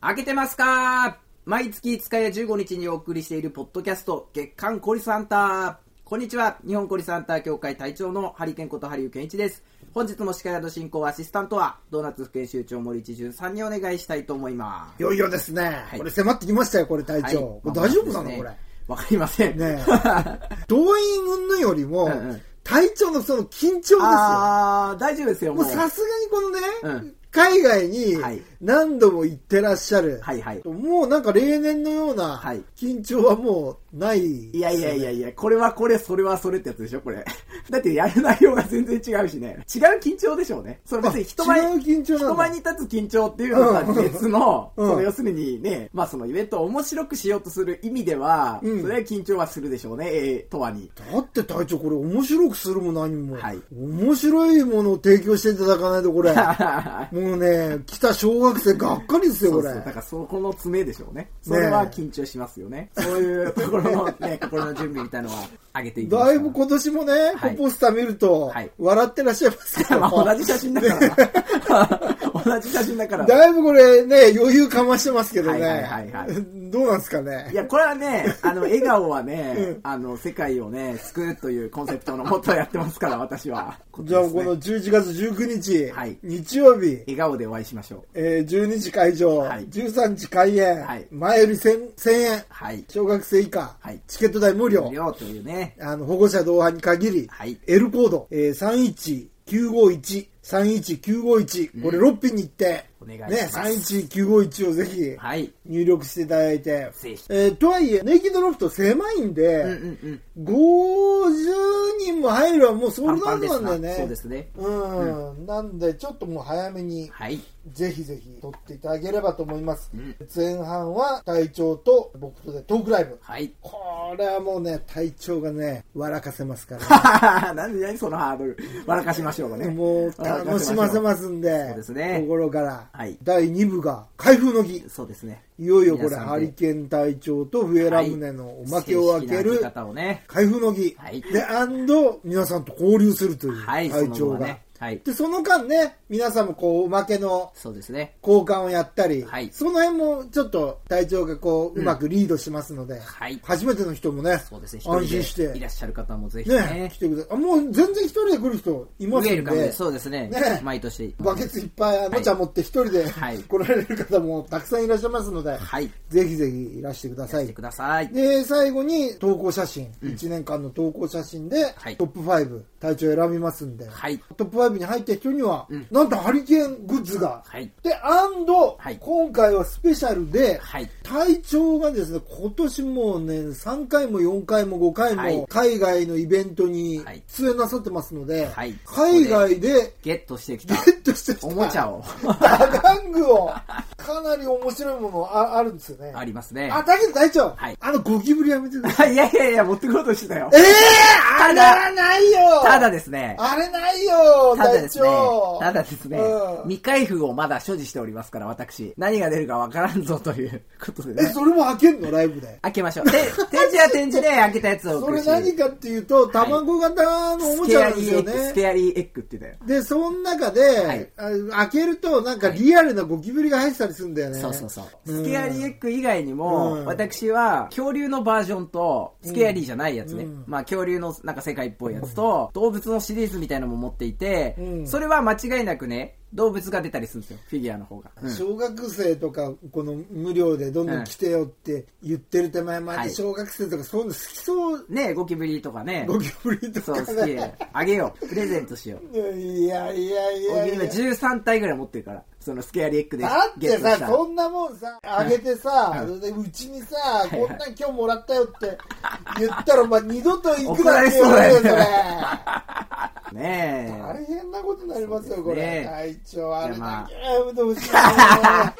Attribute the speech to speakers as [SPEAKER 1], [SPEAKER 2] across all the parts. [SPEAKER 1] 開けてますか毎月5日や15日にお送りしているポッドキャスト、月刊コリスハンター。こんにちは。日本コリスハンター協会隊長のハリケンことハリウケンイチです。本日も司会など進行アシスタントは、ドーナツ副編集長森一重さんにお願いしたいと思います。
[SPEAKER 2] いよいよですね、
[SPEAKER 1] い
[SPEAKER 2] これ迫ってきましたよ、これ隊
[SPEAKER 1] はい
[SPEAKER 2] 長。これ大丈夫なの、
[SPEAKER 1] まあ
[SPEAKER 2] これ。
[SPEAKER 1] わかりません。
[SPEAKER 2] ねえ動員云々よりも、
[SPEAKER 1] んうん
[SPEAKER 2] 隊長のその緊張ですよ。
[SPEAKER 1] あー、大丈夫ですよ、
[SPEAKER 2] も
[SPEAKER 1] も
[SPEAKER 2] う
[SPEAKER 1] う。
[SPEAKER 2] さすがにこのね、
[SPEAKER 1] うん
[SPEAKER 2] 海外に
[SPEAKER 1] はい
[SPEAKER 2] 何度も行ってらっしゃる。
[SPEAKER 1] はいはい
[SPEAKER 2] もうなんか例年のような
[SPEAKER 1] はい
[SPEAKER 2] 緊張はもうない、
[SPEAKER 1] いやいやいやいや、これはこれ、それはそれってやつでしょ、これ。 だってやる内容が全然違うしね。違う緊張でしょうね。それ別に人前
[SPEAKER 2] あ違う緊張なんだ
[SPEAKER 1] 人前に立つ緊張っていうのは別の、
[SPEAKER 2] う ん
[SPEAKER 1] その要するにね、まあそのイベントを面白くしようとする意味では、
[SPEAKER 2] うん
[SPEAKER 1] それは緊張はするでしょうね、ええとは に。
[SPEAKER 2] だって隊長これ面白くするも何も、
[SPEAKER 1] はい
[SPEAKER 2] 面白いものを提供していただかないと これもうね来た小学生がっかりですよ
[SPEAKER 1] そ
[SPEAKER 2] こ
[SPEAKER 1] う
[SPEAKER 2] れ
[SPEAKER 1] そう、だからそこの爪でしょうね。それは緊張しますよね。そういうところの ね、心の準備みたいなのは上げていきますか
[SPEAKER 2] だ
[SPEAKER 1] ら。
[SPEAKER 2] いぶ今年もね、
[SPEAKER 1] はい
[SPEAKER 2] ポスター見ると、
[SPEAKER 1] はい
[SPEAKER 2] 笑ってらっしゃいますけ ど
[SPEAKER 1] ま
[SPEAKER 2] も、
[SPEAKER 1] あ同じ写真だ から な。同じ写真だからな。
[SPEAKER 2] だいぶこれね、余裕かましてますけどね、
[SPEAKER 1] はいはいはいはい
[SPEAKER 2] どうなんですかね。
[SPEAKER 1] いや、これは ね、あの、笑顔はね、あの、世界をね、救うというコンセプトのもとやってますから、私は。
[SPEAKER 2] じゃあ
[SPEAKER 1] 今
[SPEAKER 2] こ
[SPEAKER 1] 年ですね
[SPEAKER 2] の11月19日、
[SPEAKER 1] はい
[SPEAKER 2] 日曜日、
[SPEAKER 1] 笑顔でお会いしましょう。
[SPEAKER 2] えー12時会場、
[SPEAKER 1] はい
[SPEAKER 2] 13時開演、
[SPEAKER 1] はい
[SPEAKER 2] 前より 1000, 1000円、
[SPEAKER 1] はい。
[SPEAKER 2] 小学生以下、
[SPEAKER 1] はい
[SPEAKER 2] チケット代無料、
[SPEAKER 1] 無料というね。
[SPEAKER 2] あの保護者同伴に限り、
[SPEAKER 1] はい
[SPEAKER 2] L コード、えー、31951、31951、これ6品に行って、
[SPEAKER 1] お願いします
[SPEAKER 2] ね、31951をぜひ、
[SPEAKER 1] はい。
[SPEAKER 2] 入力していただいて
[SPEAKER 1] ぜひ、
[SPEAKER 2] えーとはいえネイキッドロフト狭いんで、
[SPEAKER 1] うんうん
[SPEAKER 2] 50人も入るはもうソ
[SPEAKER 1] う
[SPEAKER 2] ー
[SPEAKER 1] ん。
[SPEAKER 2] ルドアウトなんだよね
[SPEAKER 1] そうですね。
[SPEAKER 2] うん、なんでちょっともう早めに
[SPEAKER 1] はい。
[SPEAKER 2] ぜひぜひ撮っていただければと思います、
[SPEAKER 1] うん
[SPEAKER 2] 前半は隊長と僕とでトークライブ
[SPEAKER 1] はい。
[SPEAKER 2] これはもうね隊長がね笑かせますから
[SPEAKER 1] 何何そのハードル。笑かしましょうかね。
[SPEAKER 2] もう楽しませ
[SPEAKER 1] す。
[SPEAKER 2] ますんで
[SPEAKER 1] そうですね
[SPEAKER 2] 心から、
[SPEAKER 1] はい
[SPEAKER 2] 第2部が開封の儀
[SPEAKER 1] そうですね。
[SPEAKER 2] いよいよこれ
[SPEAKER 1] 皆さんで
[SPEAKER 2] ハリケーン隊長と笛ラムネのおまけを開け
[SPEAKER 1] 正式
[SPEAKER 2] る
[SPEAKER 1] な開け方をね。
[SPEAKER 2] 開封の儀、
[SPEAKER 1] はい
[SPEAKER 2] でアンド皆さんと交流するという
[SPEAKER 1] はい、
[SPEAKER 2] 隊
[SPEAKER 1] その
[SPEAKER 2] 長
[SPEAKER 1] 後
[SPEAKER 2] が、
[SPEAKER 1] はね。はい。
[SPEAKER 2] でその間ね皆さんもこうおまけの
[SPEAKER 1] そうですね。
[SPEAKER 2] 交換をやったり、
[SPEAKER 1] はい
[SPEAKER 2] その辺もちょっと隊長がこううまくリードしますので、
[SPEAKER 1] はい
[SPEAKER 2] 初めての人もね
[SPEAKER 1] そうですね。
[SPEAKER 2] 安心し
[SPEAKER 1] 一人でいら
[SPEAKER 2] て
[SPEAKER 1] っしゃる方もぜひ
[SPEAKER 2] ね
[SPEAKER 1] ね
[SPEAKER 2] 来。てくださいあもう全然一人で来る人います
[SPEAKER 1] 見え
[SPEAKER 2] ん
[SPEAKER 1] るかも
[SPEAKER 2] で
[SPEAKER 1] そうですね
[SPEAKER 2] ね。
[SPEAKER 1] 毎年。
[SPEAKER 2] バケツいっぱいおもちゃ持って一人で、
[SPEAKER 1] はい
[SPEAKER 2] 来られる方もたくさんいらっしゃいますので、
[SPEAKER 1] はい。
[SPEAKER 2] ぜひぜひいらしてくださ
[SPEAKER 1] し
[SPEAKER 2] い
[SPEAKER 1] てください。
[SPEAKER 2] で最後に投稿写真、1年間の投稿写真で、
[SPEAKER 1] はい
[SPEAKER 2] トップ5隊長選びますんで、
[SPEAKER 1] はい。
[SPEAKER 2] トップ5に入った人には、なんとハリケーングッズが、
[SPEAKER 1] はい。
[SPEAKER 2] でアンド、
[SPEAKER 1] はい
[SPEAKER 2] 今回はスペシャルで、
[SPEAKER 1] はい。
[SPEAKER 2] 隊長がですね今年もうね3回も4回も5回
[SPEAKER 1] はい
[SPEAKER 2] も海外のイベントに
[SPEAKER 1] はい
[SPEAKER 2] 出演なさってますので、
[SPEAKER 1] はい
[SPEAKER 2] 海外で
[SPEAKER 1] ゲットしてき
[SPEAKER 2] ゲ
[SPEAKER 1] た
[SPEAKER 2] ットしてきた
[SPEAKER 1] おもち ゃを
[SPEAKER 2] ダガングをかなり面白いものああるんですよね
[SPEAKER 1] ありますね。
[SPEAKER 2] あ、だけど大長、
[SPEAKER 1] はい
[SPEAKER 2] あのゴキブリやめて ください。
[SPEAKER 1] いやいやいや、持ってこようとしてたよ
[SPEAKER 2] え。えあ
[SPEAKER 1] た
[SPEAKER 2] れ
[SPEAKER 1] だ
[SPEAKER 2] はないよ
[SPEAKER 1] ただですね。
[SPEAKER 2] あれないよ
[SPEAKER 1] ただで
[SPEAKER 2] 大
[SPEAKER 1] すね
[SPEAKER 2] 長。
[SPEAKER 1] ただですね
[SPEAKER 2] うん。
[SPEAKER 1] 未開封をまだ所持しておりますから、私。何が出るかわからんぞという ことで
[SPEAKER 2] え、
[SPEAKER 1] ね。
[SPEAKER 2] それも開けんのライブで。
[SPEAKER 1] 開けましょ う。で、展示は展示で開けたやつを
[SPEAKER 2] そ
[SPEAKER 1] 送
[SPEAKER 2] れ
[SPEAKER 1] るし。
[SPEAKER 2] 何かっていうと、卵型のおも
[SPEAKER 1] ス
[SPEAKER 2] ち
[SPEAKER 1] ケ
[SPEAKER 2] ゃ
[SPEAKER 1] ア
[SPEAKER 2] なん
[SPEAKER 1] リ
[SPEAKER 2] で
[SPEAKER 1] ー
[SPEAKER 2] す
[SPEAKER 1] エ
[SPEAKER 2] よ
[SPEAKER 1] ッグ、ス
[SPEAKER 2] ね。
[SPEAKER 1] ケアリーエッグって言うんだよ。
[SPEAKER 2] で、その中で、
[SPEAKER 1] い
[SPEAKER 2] あ開けると、なんかリアルなゴキブリが入ってたりするんだよね。
[SPEAKER 1] そうそうそう。
[SPEAKER 2] う
[SPEAKER 1] ス
[SPEAKER 2] ん
[SPEAKER 1] ケアリーエッグ以外にも、
[SPEAKER 2] うん
[SPEAKER 1] 私は恐竜のバージョンと、スケアリーじゃないやつね。
[SPEAKER 2] うん
[SPEAKER 1] まあ恐竜のなんか世界っぽいやつと、動物のシリーズみたいのも持っていて、
[SPEAKER 2] うん
[SPEAKER 1] それは間違いなくね、動物が出たりするんですよ、フィギュアの方が。うん
[SPEAKER 2] 小学生とか、この無料でどんどん来てよって言ってる手前ま
[SPEAKER 1] は
[SPEAKER 2] で、
[SPEAKER 1] い
[SPEAKER 2] 小学生とかそういうの好きそう、
[SPEAKER 1] ねゴキブリとかね。
[SPEAKER 2] ゴキブリと
[SPEAKER 1] そう、
[SPEAKER 2] か
[SPEAKER 1] 好
[SPEAKER 2] ね。
[SPEAKER 1] きで。あげよう。プレゼントしよう。
[SPEAKER 2] いやいやいやいや
[SPEAKER 1] 俺今13体ぐらい持ってるから、そのスケアリーエッグで
[SPEAKER 2] だっ
[SPEAKER 1] ゲ
[SPEAKER 2] て
[SPEAKER 1] ットした
[SPEAKER 2] さ、。そんなもんさ、あげてさ、
[SPEAKER 1] う
[SPEAKER 2] それでうちにさ、
[SPEAKER 1] いはい
[SPEAKER 2] こんなん今日もらったよって言ったら、お前二度と行く
[SPEAKER 1] 怒ら
[SPEAKER 2] なっ
[SPEAKER 1] れ
[SPEAKER 2] て言
[SPEAKER 1] そう
[SPEAKER 2] わ
[SPEAKER 1] だ
[SPEAKER 2] れるよ、
[SPEAKER 1] よね
[SPEAKER 2] それ。。
[SPEAKER 1] ねえ。
[SPEAKER 2] 大変なことになりますよ、こ
[SPEAKER 1] そうです
[SPEAKER 2] れ。
[SPEAKER 1] ね
[SPEAKER 2] 隊長、あれ
[SPEAKER 1] まあ
[SPEAKER 2] だけはやめてほし いな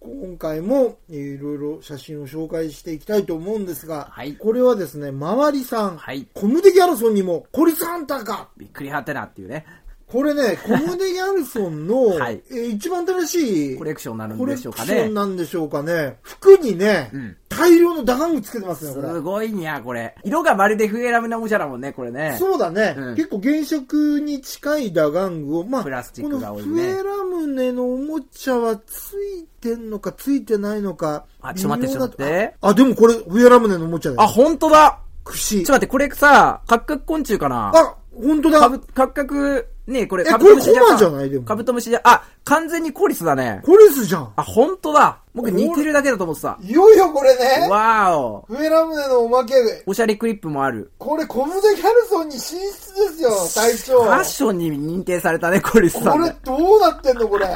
[SPEAKER 2] 今回もえーいろいろ写真を紹介していきたいと思うんですが、
[SPEAKER 1] はい
[SPEAKER 2] これはですね、周りさん、
[SPEAKER 1] はい
[SPEAKER 2] コミュニティ争いにも、コリスハンターか
[SPEAKER 1] びっくりハテナっていうね。
[SPEAKER 2] こ れね、コムデ・ギャルソンの、
[SPEAKER 1] はい
[SPEAKER 2] えー一番新しい
[SPEAKER 1] コレクションになるん
[SPEAKER 2] コレ
[SPEAKER 1] で
[SPEAKER 2] クシ
[SPEAKER 1] しょうか
[SPEAKER 2] ョ
[SPEAKER 1] ね
[SPEAKER 2] ン。なんでしょうかね。服にね、
[SPEAKER 1] うん
[SPEAKER 2] 大量の打眼具つけてますね、これ
[SPEAKER 1] す。ごいにゃ、これ。色がまるでフエラムナオジャラもんね、これね。
[SPEAKER 2] そうだね、
[SPEAKER 1] うん
[SPEAKER 2] 結構原色に近い打眼具を、まあ、
[SPEAKER 1] プラスチックが多いね
[SPEAKER 2] このフエラムネのおもちゃはついてんのかついてないのか。
[SPEAKER 1] あちょっと待って
[SPEAKER 2] 微妙な
[SPEAKER 1] ちょっと待って
[SPEAKER 2] あ、でもこれフエラムネのおもちゃだ
[SPEAKER 1] あ、
[SPEAKER 2] よ。
[SPEAKER 1] ほんとだちょ
[SPEAKER 2] 串
[SPEAKER 1] っと。待って、これさ、カッカク昆虫かな
[SPEAKER 2] あ、本当
[SPEAKER 1] カ
[SPEAKER 2] だ
[SPEAKER 1] ブ。、カッカク、ねこれ、
[SPEAKER 2] え
[SPEAKER 1] カブトムシ
[SPEAKER 2] これコマじゃないでも
[SPEAKER 1] カブトムシじゃ、あ、完全にコリスだね。
[SPEAKER 2] コレスじゃん。
[SPEAKER 1] あ、ほんとだ。僕似てるだけだと思ってた。
[SPEAKER 2] いよいよこれね
[SPEAKER 1] わーお。
[SPEAKER 2] フエラムネのおまけ、
[SPEAKER 1] おしゃれクリップもある。
[SPEAKER 2] これコムデ・ギャルソンに進出ですよ、隊
[SPEAKER 1] ファッションに認定されたね、コリスさんで。
[SPEAKER 2] どうなってんの、これ。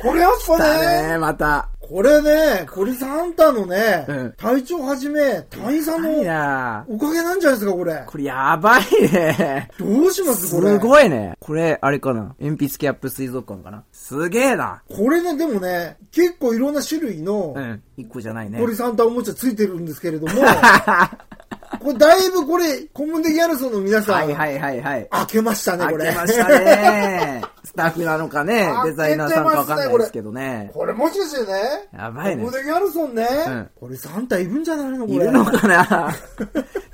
[SPEAKER 2] これやっ
[SPEAKER 1] だね、また。
[SPEAKER 2] これね、コリスハンターのね、
[SPEAKER 1] うん
[SPEAKER 2] 隊長はじめ、隊員さん
[SPEAKER 1] いい
[SPEAKER 2] の
[SPEAKER 1] な
[SPEAKER 2] おかげなんじゃないですか、これ。
[SPEAKER 1] これやばいね。
[SPEAKER 2] どうしますこれ。
[SPEAKER 1] すごいね。これ、あれかな。鉛筆キャップ水族館かな。すげえな。
[SPEAKER 2] これね、でもね、結構いろんな種類の
[SPEAKER 1] う、ん。一個じゃないね
[SPEAKER 2] コ。リスハンターおもちゃついてるんですけれども、これだいぶこれ、コムデギャルソンの皆さん、
[SPEAKER 1] はいはいはいはい。
[SPEAKER 2] 開けましたね、これ。
[SPEAKER 1] 開けました。 ね。スタッフなのかね、
[SPEAKER 2] 開けてますね
[SPEAKER 1] デザイナーさんかわかんないですけどね。
[SPEAKER 2] これもしかしてね、
[SPEAKER 1] やばいね
[SPEAKER 2] コムデギャルソンね、
[SPEAKER 1] ん
[SPEAKER 2] これサンタいるんじゃないのこれ。
[SPEAKER 1] いるのかな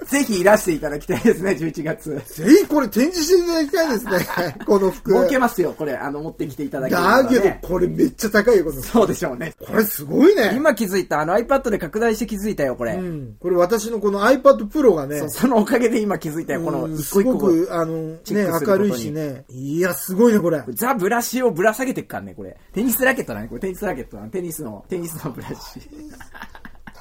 [SPEAKER 1] ぜひいらしていただきたいですね、11月。
[SPEAKER 2] ぜひこれ展示していただきたい ですね。この服。
[SPEAKER 1] 儲けますよ、これ。あの、持ってきていただければ、
[SPEAKER 2] だ
[SPEAKER 1] ね。
[SPEAKER 2] けど、これめっちゃ高いよ、この服。
[SPEAKER 1] そうでしょうね。
[SPEAKER 2] これすごいね。
[SPEAKER 1] 今気づいた、あの iPad で拡大して気づいたよ、これ。
[SPEAKER 2] うん。これ私のこの iPad Pro がね
[SPEAKER 1] そう、そのおかげで今気づいたよ、この
[SPEAKER 2] うん
[SPEAKER 1] 一
[SPEAKER 2] す
[SPEAKER 1] 個一
[SPEAKER 2] ご
[SPEAKER 1] 個。
[SPEAKER 2] く、あの、ね、
[SPEAKER 1] チェックするこ
[SPEAKER 2] 明
[SPEAKER 1] と
[SPEAKER 2] る
[SPEAKER 1] に
[SPEAKER 2] いしね。いや、すごいね、これ。
[SPEAKER 1] ザ・ブラシをぶら下げてっからね、これ。テニスラケットだね、これ。テニスラケットだね。テニスの、テニスのブラ シ。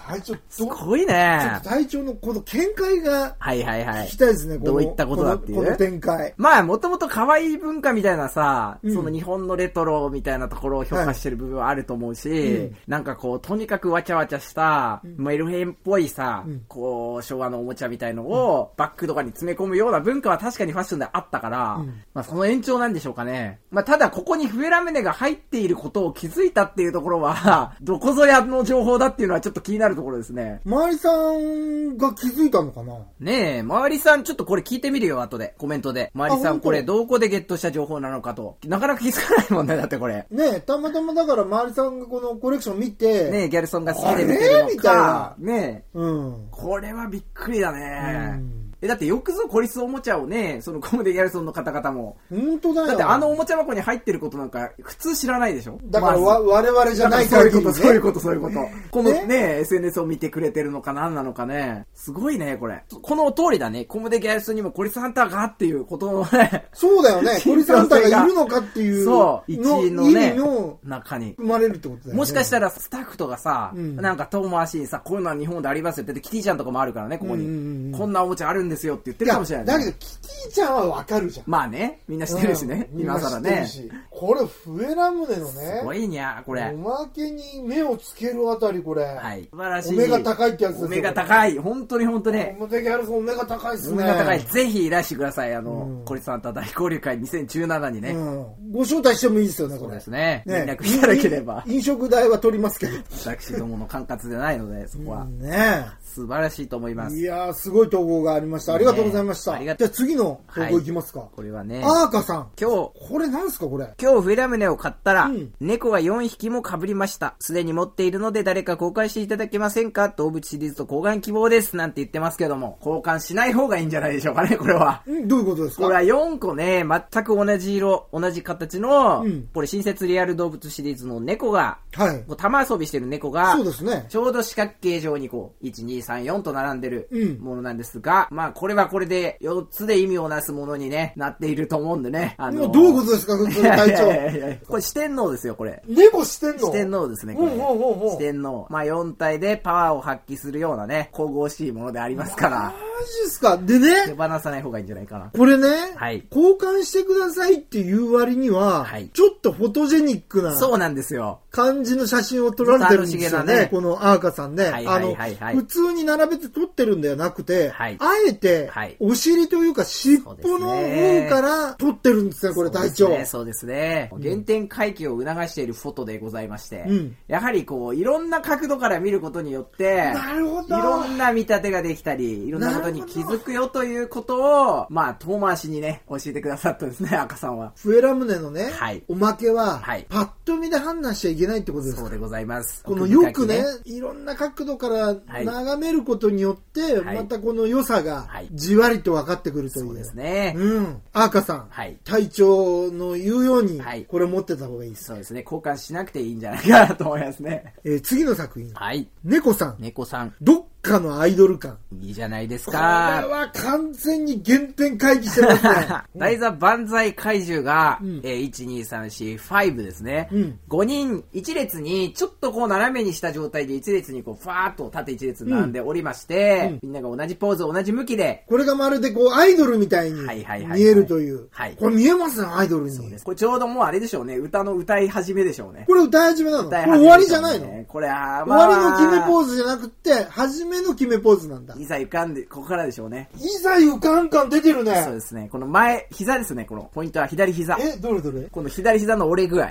[SPEAKER 2] 隊長、
[SPEAKER 1] す
[SPEAKER 2] ど
[SPEAKER 1] ごいね。
[SPEAKER 2] 隊長のこの見解が
[SPEAKER 1] はいはいは
[SPEAKER 2] 聞
[SPEAKER 1] い
[SPEAKER 2] き。たいですね、この
[SPEAKER 1] どういったことだっていう
[SPEAKER 2] このこの展開。
[SPEAKER 1] まあ、もともと可愛い文化みたいなさ、
[SPEAKER 2] ん
[SPEAKER 1] その日本のレトロみたいなところを評価してる部分はあると思うし、
[SPEAKER 2] うん
[SPEAKER 1] なんかこう、とにかくわちゃわちゃした、メルヘンっぽいさ、
[SPEAKER 2] ん
[SPEAKER 1] こう、昭和のおもちゃみたいのを、バッグとかに詰め込むような文化は確かにファッションであったから、
[SPEAKER 2] ん
[SPEAKER 1] まあ、その延長なんでしょうかね。まあ、ただ、ここにフエラムネが入っていることを気づいたっていうところは、 どこぞやの情報だっていうのはちょっと気になるところですね。
[SPEAKER 2] 周りさんが気づいたのかな
[SPEAKER 1] ねえ、周りさん、ちょっとこれ聞いてみるよ、後で。コメントで。周り
[SPEAKER 2] あ
[SPEAKER 1] さ
[SPEAKER 2] 本
[SPEAKER 1] ん、
[SPEAKER 2] 当
[SPEAKER 1] これ、どこでゲットした情報なのかと。なかなか気づかないもんね、だってこれ。
[SPEAKER 2] ねたまたまだから周りさんがこのコレクション見て、
[SPEAKER 1] ねえ、ギャルソンが好きで見てる
[SPEAKER 2] あれ
[SPEAKER 1] の
[SPEAKER 2] みたい
[SPEAKER 1] か
[SPEAKER 2] な。
[SPEAKER 1] ねえ。
[SPEAKER 2] うん。
[SPEAKER 1] これはびっくりだね
[SPEAKER 2] うん。
[SPEAKER 1] え、だってよくぞコリスおもちゃをね、そのコムデギャルソンの方々も。
[SPEAKER 2] 本当だよ。
[SPEAKER 1] だってあのおもちゃ箱に入ってることなんか、普通知らないでしょ
[SPEAKER 2] だから
[SPEAKER 1] ま
[SPEAKER 2] わ、
[SPEAKER 1] ず
[SPEAKER 2] 我々じゃない
[SPEAKER 1] そういう
[SPEAKER 2] 限
[SPEAKER 1] こ
[SPEAKER 2] り、
[SPEAKER 1] と、
[SPEAKER 2] ね、
[SPEAKER 1] そういうこと、そういうこと。この
[SPEAKER 2] ね
[SPEAKER 1] ね、SNS を見てくれてるのか何なのかね。すごいね、これ。この通りだね。コムデギャルソンにもコリスハンターがっていうことのね。
[SPEAKER 2] そうだよ ね。
[SPEAKER 1] 信
[SPEAKER 2] 鳥
[SPEAKER 1] 憑性が
[SPEAKER 2] さんたがいるのかっていう
[SPEAKER 1] そう、一
[SPEAKER 2] の
[SPEAKER 1] 員のね、
[SPEAKER 2] 意味の
[SPEAKER 1] 中に。
[SPEAKER 2] 生まれるってことだよね。
[SPEAKER 1] もしかした
[SPEAKER 2] ら、
[SPEAKER 1] らスタッフとかさ、
[SPEAKER 2] うん
[SPEAKER 1] なんか遠回しにさ、こういうのは日本でありますよって言って、キティちゃんとかもあるからね、ここに。
[SPEAKER 2] うんうんうん
[SPEAKER 1] こんなおもちゃあるんですよって言って
[SPEAKER 2] い
[SPEAKER 1] る
[SPEAKER 2] や
[SPEAKER 1] かもしれな
[SPEAKER 2] だ
[SPEAKER 1] い、
[SPEAKER 2] けど、
[SPEAKER 1] ね。
[SPEAKER 2] キティちゃんはわかるじゃん。
[SPEAKER 1] まあね、みんな知ってるしね、
[SPEAKER 2] うん
[SPEAKER 1] 今更
[SPEAKER 2] みんな
[SPEAKER 1] ね。
[SPEAKER 2] 知っ
[SPEAKER 1] す
[SPEAKER 2] てるしこれ、笛ラムネのね、
[SPEAKER 1] ごいにゃ、これ
[SPEAKER 2] お。まけに目をつけるあたり、これ。
[SPEAKER 1] はい。素晴らしい。
[SPEAKER 2] お目が高いってやつです
[SPEAKER 1] お
[SPEAKER 2] よ
[SPEAKER 1] 目が高い。本当に本当に。
[SPEAKER 2] コムデギャルソン、お目が高いっ
[SPEAKER 1] お
[SPEAKER 2] すね。
[SPEAKER 1] 目が高い。ぜひいらしてください。あの
[SPEAKER 2] う、ん
[SPEAKER 1] コリスさんと大交流会2017にね。
[SPEAKER 2] うん。ご招待してもいいですよね、これ。
[SPEAKER 1] そうですね。連
[SPEAKER 2] ね
[SPEAKER 1] 絡いただければ
[SPEAKER 2] い。飲食代は取りますけど。
[SPEAKER 1] 私どもの管轄でないので、そこ は。
[SPEAKER 2] ね
[SPEAKER 1] 素晴らしいと思います
[SPEAKER 2] い。やー、すごい投稿がありました。ありがとうございまし
[SPEAKER 1] ね
[SPEAKER 2] た。
[SPEAKER 1] あり
[SPEAKER 2] じゃ
[SPEAKER 1] が
[SPEAKER 2] あ次の投
[SPEAKER 1] はい
[SPEAKER 2] 稿いきますか。
[SPEAKER 1] これはね、
[SPEAKER 2] アーカさん。
[SPEAKER 1] 今日、
[SPEAKER 2] これなんすか、これ。
[SPEAKER 1] 今日フェラムネを買ったら、
[SPEAKER 2] うん
[SPEAKER 1] 猫が4匹も被りました。すでに持っているので誰か交換していただけませんか動物シリーズと交換希望です。なんて言ってますけども、交換しない方がいいんじゃないでしょうかね、これは。
[SPEAKER 2] んどういうことですか
[SPEAKER 1] これは4個ね、全く同じ色、同じ形の、
[SPEAKER 2] うん
[SPEAKER 1] これ新設リアル動物シリーズの猫が、
[SPEAKER 2] はい。
[SPEAKER 1] こう玉遊びしてる猫が、
[SPEAKER 2] そうですね。
[SPEAKER 1] ちょうど四角形状にこう、1、2、3、4と並んで
[SPEAKER 2] うん
[SPEAKER 1] るものなんですが、まあこれはこれで4つで意味をなすものにね、なっていると思うんでね。あ
[SPEAKER 2] も
[SPEAKER 1] の
[SPEAKER 2] うどういうことですか、その
[SPEAKER 1] い やいやいやい
[SPEAKER 2] 隊
[SPEAKER 1] やこれ四天王ですよ、これ。
[SPEAKER 2] 長。猫してんの
[SPEAKER 1] 四天王ですね、
[SPEAKER 2] う
[SPEAKER 1] こ
[SPEAKER 2] ん
[SPEAKER 1] れ。
[SPEAKER 2] うんうんうん。
[SPEAKER 1] 四天王。まあ4体でパワーを発揮するようなね、神々しいものでありますから、
[SPEAKER 2] マジですか
[SPEAKER 1] 手
[SPEAKER 2] でね、
[SPEAKER 1] 放さない方がいいんじゃないかな。
[SPEAKER 2] これね、
[SPEAKER 1] はい
[SPEAKER 2] 交換してくださいっていう割には、
[SPEAKER 1] はい
[SPEAKER 2] ちょっとフォトジェニックな
[SPEAKER 1] そうなんですよ。
[SPEAKER 2] 感じの写真を撮られてるんですよ
[SPEAKER 1] 楽しげな
[SPEAKER 2] ね
[SPEAKER 1] ね。
[SPEAKER 2] このアーカさんね。
[SPEAKER 1] はい
[SPEAKER 2] あ
[SPEAKER 1] はい
[SPEAKER 2] の
[SPEAKER 1] はいはい、
[SPEAKER 2] 普通に並べて撮ってるんではなくて、
[SPEAKER 1] はい
[SPEAKER 2] あえて
[SPEAKER 1] はい、
[SPEAKER 2] お尻というか尻尾の
[SPEAKER 1] そうです
[SPEAKER 2] 方
[SPEAKER 1] ね
[SPEAKER 2] から撮ってるんですね、これ隊長。
[SPEAKER 1] そうですね。そうですね原点回帰を促しているフォトでございまして、
[SPEAKER 2] うん
[SPEAKER 1] やはりこう、いろんな角度から見ることによって、
[SPEAKER 2] なるほ
[SPEAKER 1] い
[SPEAKER 2] ど。
[SPEAKER 1] ろんな見立てができたり、いろんなことに気づくよということを、まあ、遠回しにね、教えてくださったんですね、 赤さんは。
[SPEAKER 2] フエラムネのね、
[SPEAKER 1] はい
[SPEAKER 2] おまけは、
[SPEAKER 1] はい
[SPEAKER 2] パッと見で判断しちゃいけないってことです
[SPEAKER 1] そうでございます。
[SPEAKER 2] この
[SPEAKER 1] 奥深
[SPEAKER 2] よ
[SPEAKER 1] き
[SPEAKER 2] くね、いろんな角度から
[SPEAKER 1] はい
[SPEAKER 2] 眺めることによって、
[SPEAKER 1] はい
[SPEAKER 2] またこの良さが
[SPEAKER 1] はい
[SPEAKER 2] じわりと分かってくるという。
[SPEAKER 1] そうですね。
[SPEAKER 2] うん。アーカさん、
[SPEAKER 1] はい
[SPEAKER 2] 隊長の言うように
[SPEAKER 1] はい、
[SPEAKER 2] これ持ってた方がいいです。
[SPEAKER 1] そうですね。交換しなくていいんじゃないかなと思いますね。
[SPEAKER 2] えー次の作品、
[SPEAKER 1] はい。
[SPEAKER 2] 猫さん、
[SPEAKER 1] 猫さん、
[SPEAKER 2] どっかのアイドル感。
[SPEAKER 1] いいじゃないです
[SPEAKER 2] これ
[SPEAKER 1] か。。
[SPEAKER 2] は完全に原点回帰してますね
[SPEAKER 1] 台座万歳怪獣が、
[SPEAKER 2] うん
[SPEAKER 1] えー、1、2、3、4、5ですね。
[SPEAKER 2] うん
[SPEAKER 1] 5人、1列に、ちょっとこう斜めにした状態で1列にこう、ファーっと縦1列並んでおりまして、
[SPEAKER 2] うん
[SPEAKER 1] みんなが同じポーズ、同じ向きで、
[SPEAKER 2] これがまるでこうアイドルみたいに
[SPEAKER 1] はいはいはいはい
[SPEAKER 2] 見えるという
[SPEAKER 1] はい。
[SPEAKER 2] これ見えますね、アイドルに。
[SPEAKER 1] これちょうどもうあれでしょうね。歌の歌い始めでしょうね。
[SPEAKER 2] これ歌い始めなのこ
[SPEAKER 1] 歌い
[SPEAKER 2] れ
[SPEAKER 1] 始め
[SPEAKER 2] 終わりじゃないの、
[SPEAKER 1] でしょうねこれは、
[SPEAKER 2] 終わりの決めポ
[SPEAKER 1] ー
[SPEAKER 2] ーズじゃなくって、初めの決めポーズなんだ。
[SPEAKER 1] いざ浮かんで、ここからでしょうね。
[SPEAKER 2] いざゆかん感出てる
[SPEAKER 1] そう
[SPEAKER 2] ね。
[SPEAKER 1] ですね。この前、膝ですね。このポイントは左膝。
[SPEAKER 2] え、どれどれ
[SPEAKER 1] この左膝の折れ具合。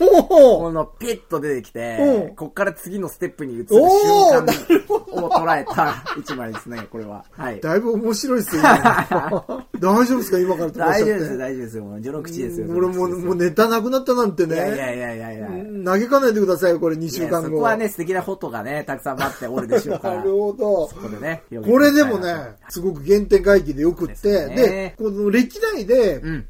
[SPEAKER 2] お
[SPEAKER 1] こ
[SPEAKER 2] お
[SPEAKER 1] のピッと出てき
[SPEAKER 2] う
[SPEAKER 1] て
[SPEAKER 2] ん、
[SPEAKER 1] こっから次のステップに移る瞬
[SPEAKER 2] おー
[SPEAKER 1] 間を捉えた一枚ですね、これは。はい。
[SPEAKER 2] だいぶ面白いです よ、今 大丈夫ですか今から飛ば
[SPEAKER 1] 大
[SPEAKER 2] しち
[SPEAKER 1] 丈夫
[SPEAKER 2] ゃっ
[SPEAKER 1] です、
[SPEAKER 2] て。
[SPEAKER 1] 大丈夫です。もう序の口ですよ。
[SPEAKER 2] 俺もう、もうネタなくなったなんて
[SPEAKER 1] い
[SPEAKER 2] ね。
[SPEAKER 1] やいやいやいやいや。
[SPEAKER 2] 投げかないでくださいよ、これ2
[SPEAKER 1] い
[SPEAKER 2] 週
[SPEAKER 1] や
[SPEAKER 2] 間後。
[SPEAKER 1] そこはね、素敵なフォトがね、たくさん待っておるでしょうか
[SPEAKER 2] な
[SPEAKER 1] ら。
[SPEAKER 2] るほど。
[SPEAKER 1] ここでね、広
[SPEAKER 2] こ
[SPEAKER 1] げ
[SPEAKER 2] れ
[SPEAKER 1] てい
[SPEAKER 2] で
[SPEAKER 1] きた
[SPEAKER 2] も
[SPEAKER 1] いなと
[SPEAKER 2] ね、すごく原点回帰でよくっ
[SPEAKER 1] です
[SPEAKER 2] て、
[SPEAKER 1] ね
[SPEAKER 2] で、この歴代で、
[SPEAKER 1] うん。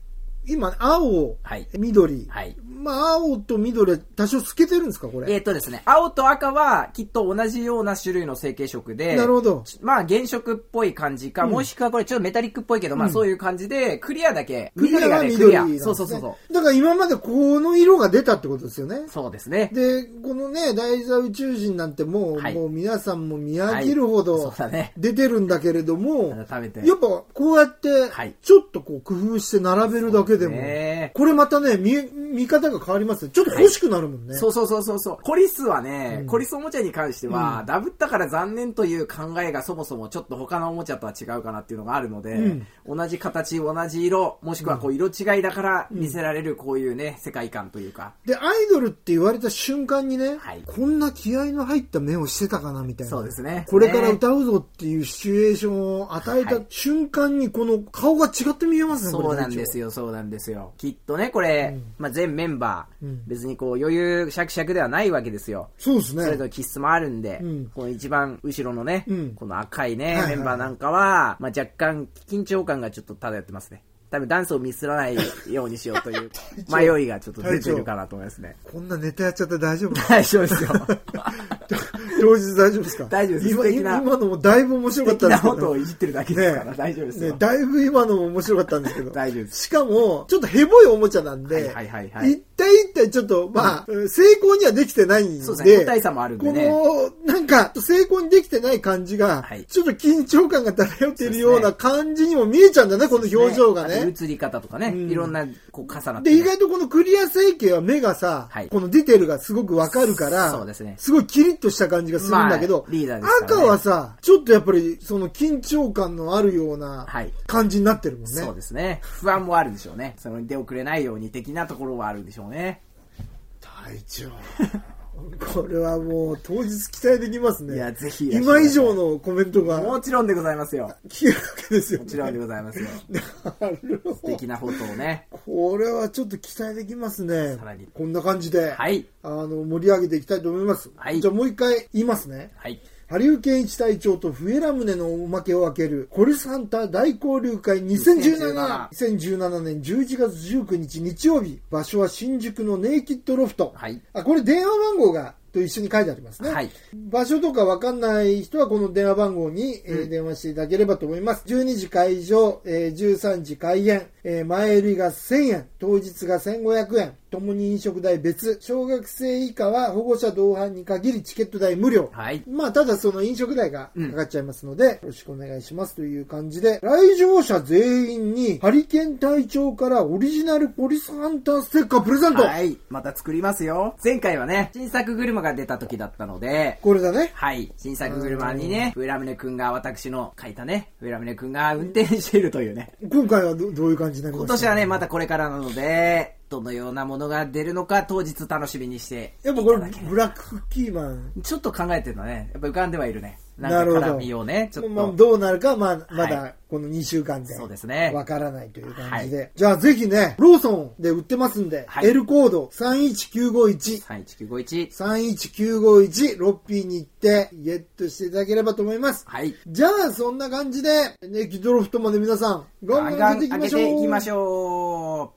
[SPEAKER 2] 今、青、
[SPEAKER 1] はい
[SPEAKER 2] 緑、
[SPEAKER 1] はい
[SPEAKER 2] まあ、青と緑は多少透けてるんですか、こ
[SPEAKER 1] え
[SPEAKER 2] れ。
[SPEAKER 1] っ、とですね、青と赤はきっと同じような種類の成型色で、
[SPEAKER 2] なるほど。
[SPEAKER 1] まあ原色っぽい感じか、もしくはこれちょっとメタリックっぽいけど、まあそういう感じで、クリアだけ、緑がね、クリア。
[SPEAKER 2] なんですね
[SPEAKER 1] そうそうそうそう。
[SPEAKER 2] だから今までこの色が出たってことですよね。
[SPEAKER 1] そうですね。
[SPEAKER 2] で、このね、大座宇宙人なんてもう、
[SPEAKER 1] はい
[SPEAKER 2] もう皆さんも見飽きるほ
[SPEAKER 1] はいそ
[SPEAKER 2] ど
[SPEAKER 1] うだね
[SPEAKER 2] 出てるんだけれども、
[SPEAKER 1] 改めて。
[SPEAKER 2] やっぱこうやって
[SPEAKER 1] はい、
[SPEAKER 2] ちょっとこう工夫して並べるだ
[SPEAKER 1] そ
[SPEAKER 2] けでも、
[SPEAKER 1] うですね
[SPEAKER 2] これまたね、見え、見方が変わりますね。ちょっと欲しくなるもんね。
[SPEAKER 1] そうそうそうそうそう。コリスはね、コリスおもちゃに関しては、ダブったから残念という考えがそもそもちょっと他のおもちゃとは違うかなっていうのがあるので、
[SPEAKER 2] うん
[SPEAKER 1] 同じ形、同じ色、もしくはこう色違いだから見せられるこういうね、世界観というか。
[SPEAKER 2] で、アイドルって言われた瞬間にね、
[SPEAKER 1] はい
[SPEAKER 2] こんな気合の入った目をしてたかなみたいな。
[SPEAKER 1] そうですね
[SPEAKER 2] これから歌うぞっていうシチュエーションを与えた
[SPEAKER 1] はい
[SPEAKER 2] 瞬間に、この顔が違って見えますね、
[SPEAKER 1] そうなんです
[SPEAKER 2] よ。
[SPEAKER 1] よ、そうなんですよ。きっとね、これ、まあ、全メンバー、
[SPEAKER 2] うん
[SPEAKER 1] 別にこう余裕しゃくしゃくではないわけですよ。
[SPEAKER 2] そうです
[SPEAKER 1] それぞ
[SPEAKER 2] ね。
[SPEAKER 1] れ気質もあるんで、
[SPEAKER 2] うん
[SPEAKER 1] この一番後ろのね、
[SPEAKER 2] うん
[SPEAKER 1] この赤いね、
[SPEAKER 2] はいはいはい
[SPEAKER 1] メンバーなんかは、まあ、若干緊張感がちょっと漂ってますね。多分ダンスをミスらないようにしようと いう迷いがちょっと出てるかなと思いますね。
[SPEAKER 2] こんなネタやっちゃって 大丈夫
[SPEAKER 1] 大丈夫ですよ。
[SPEAKER 2] 当日大丈夫ですか
[SPEAKER 1] 大丈夫です
[SPEAKER 2] 今
[SPEAKER 1] 素敵な
[SPEAKER 2] 今今のもだいぶ面白かっ
[SPEAKER 1] 的
[SPEAKER 2] たんで
[SPEAKER 1] な
[SPEAKER 2] すけ
[SPEAKER 1] こ
[SPEAKER 2] ど。
[SPEAKER 1] とをいじってるだけですから、大丈夫ですよ。
[SPEAKER 2] ね、だいぶ今のも面白かったんですけど。
[SPEAKER 1] 大丈夫です
[SPEAKER 2] しかも、ちょっとヘボいおもちゃなんで、
[SPEAKER 1] はいはいはいはい
[SPEAKER 2] 一体一体ちょっと、まあ、成功にはできてないんで、
[SPEAKER 1] そうですね個体差もあるんでね
[SPEAKER 2] この、なんか、成功にできてない感じが、
[SPEAKER 1] はい
[SPEAKER 2] ちょっと緊張感が漂っているよう
[SPEAKER 1] そうです
[SPEAKER 2] な感じにも見えちゃうんだね、この表情が
[SPEAKER 1] あと
[SPEAKER 2] ね。
[SPEAKER 1] 映り方とかね、
[SPEAKER 2] うん
[SPEAKER 1] いろんなこう重なって、
[SPEAKER 2] で、
[SPEAKER 1] ね。
[SPEAKER 2] 意外とこのクリア整形は目がさ、
[SPEAKER 1] はい
[SPEAKER 2] このディテールがすごくわかるから、
[SPEAKER 1] そうですね
[SPEAKER 2] ごいキリッとした感じがするんだけど、
[SPEAKER 1] まあリーダーですからね
[SPEAKER 2] 赤はさ、ちょっとやっぱり、その緊張感のあるような
[SPEAKER 1] はい
[SPEAKER 2] 感じになってるもんね。
[SPEAKER 1] そうですね。不安もあるでしょうね。その出遅れないように的なところはあるでしょうね。
[SPEAKER 2] 隊長 これはもう当日期待できますね
[SPEAKER 1] いやぜひ
[SPEAKER 2] 今以上のコメントが
[SPEAKER 1] もちろんでございますよ。
[SPEAKER 2] 聞けるわけですよ、ね、
[SPEAKER 1] もちろんでございますよ。
[SPEAKER 2] なるほど
[SPEAKER 1] 素敵なフォトをね。
[SPEAKER 2] これはちょっと期待できますね
[SPEAKER 1] さらに
[SPEAKER 2] こんな感じで、
[SPEAKER 1] はい。
[SPEAKER 2] あの盛り上げていきたいと思います、
[SPEAKER 1] はい
[SPEAKER 2] じゃあもう一回言いますね
[SPEAKER 1] はい。
[SPEAKER 2] 羽生健一隊長と笛ラムネのおまけを開けるコルスハンター大交流会
[SPEAKER 1] 2017
[SPEAKER 2] 2017 2017年11月19日日曜日場所は新宿のネイキッドロフト、
[SPEAKER 1] はい
[SPEAKER 2] あこれ電話番号がと一緒に書いてありますね、
[SPEAKER 1] はい
[SPEAKER 2] 場所とかわかんない人はこの電話番号に、えー電話していただければと思います12時会場、えー13時開演えー前売りが1000円、当日が1500円、ともに飲食代別、小学生以下は保護者同伴に限りチケット代無料。
[SPEAKER 1] はい
[SPEAKER 2] まあ、ただその飲食代がかかっちゃいますので、よろしくお願いしますという感じで、来場者全員にハリケーン隊長からオリジナルポリスハンターステッカープレゼント。
[SPEAKER 1] はい。また作りますよ。前回はね、新作車が出た時だったので、
[SPEAKER 2] これだね。
[SPEAKER 1] はい。新作車にね、ウェラムネ君が、私の書いたね、ウェラムネ君が運転しているというね。
[SPEAKER 2] 今回はどどういう感じになりま
[SPEAKER 1] 今
[SPEAKER 2] した
[SPEAKER 1] 年はね、またこれからなので、どのようなものが出るのか当日楽しみにしてい
[SPEAKER 2] や
[SPEAKER 1] た
[SPEAKER 2] っぱこれ
[SPEAKER 1] だければ
[SPEAKER 2] ブラックキーマン。
[SPEAKER 1] ちょっと考えてるのね。やっぱ浮かんではいるね。
[SPEAKER 2] な
[SPEAKER 1] なん
[SPEAKER 2] るほ
[SPEAKER 1] か
[SPEAKER 2] ど
[SPEAKER 1] 絡みをね、ちょっ
[SPEAKER 2] まあ、
[SPEAKER 1] と。
[SPEAKER 2] どうなるか、まあ、ま
[SPEAKER 1] は
[SPEAKER 2] だこの2週間で。
[SPEAKER 1] そうですね
[SPEAKER 2] わからないという感じで。
[SPEAKER 1] は
[SPEAKER 2] じゃあぜひね、ローソンで売ってますんで、
[SPEAKER 1] はい
[SPEAKER 2] L コード31951。
[SPEAKER 1] 31951。
[SPEAKER 2] 31951ロッピーに行ってゲットしていただければと思います。
[SPEAKER 1] はい。
[SPEAKER 2] じゃあそんな感じで、ネキドロフトまで皆さん、ガ
[SPEAKER 1] ガ
[SPEAKER 2] ン
[SPEAKER 1] ン
[SPEAKER 2] ガ
[SPEAKER 1] ガ
[SPEAKER 2] ン
[SPEAKER 1] ン
[SPEAKER 2] 出ていき
[SPEAKER 1] 上
[SPEAKER 2] ま
[SPEAKER 1] げ
[SPEAKER 2] しょう。
[SPEAKER 1] ていきましょう。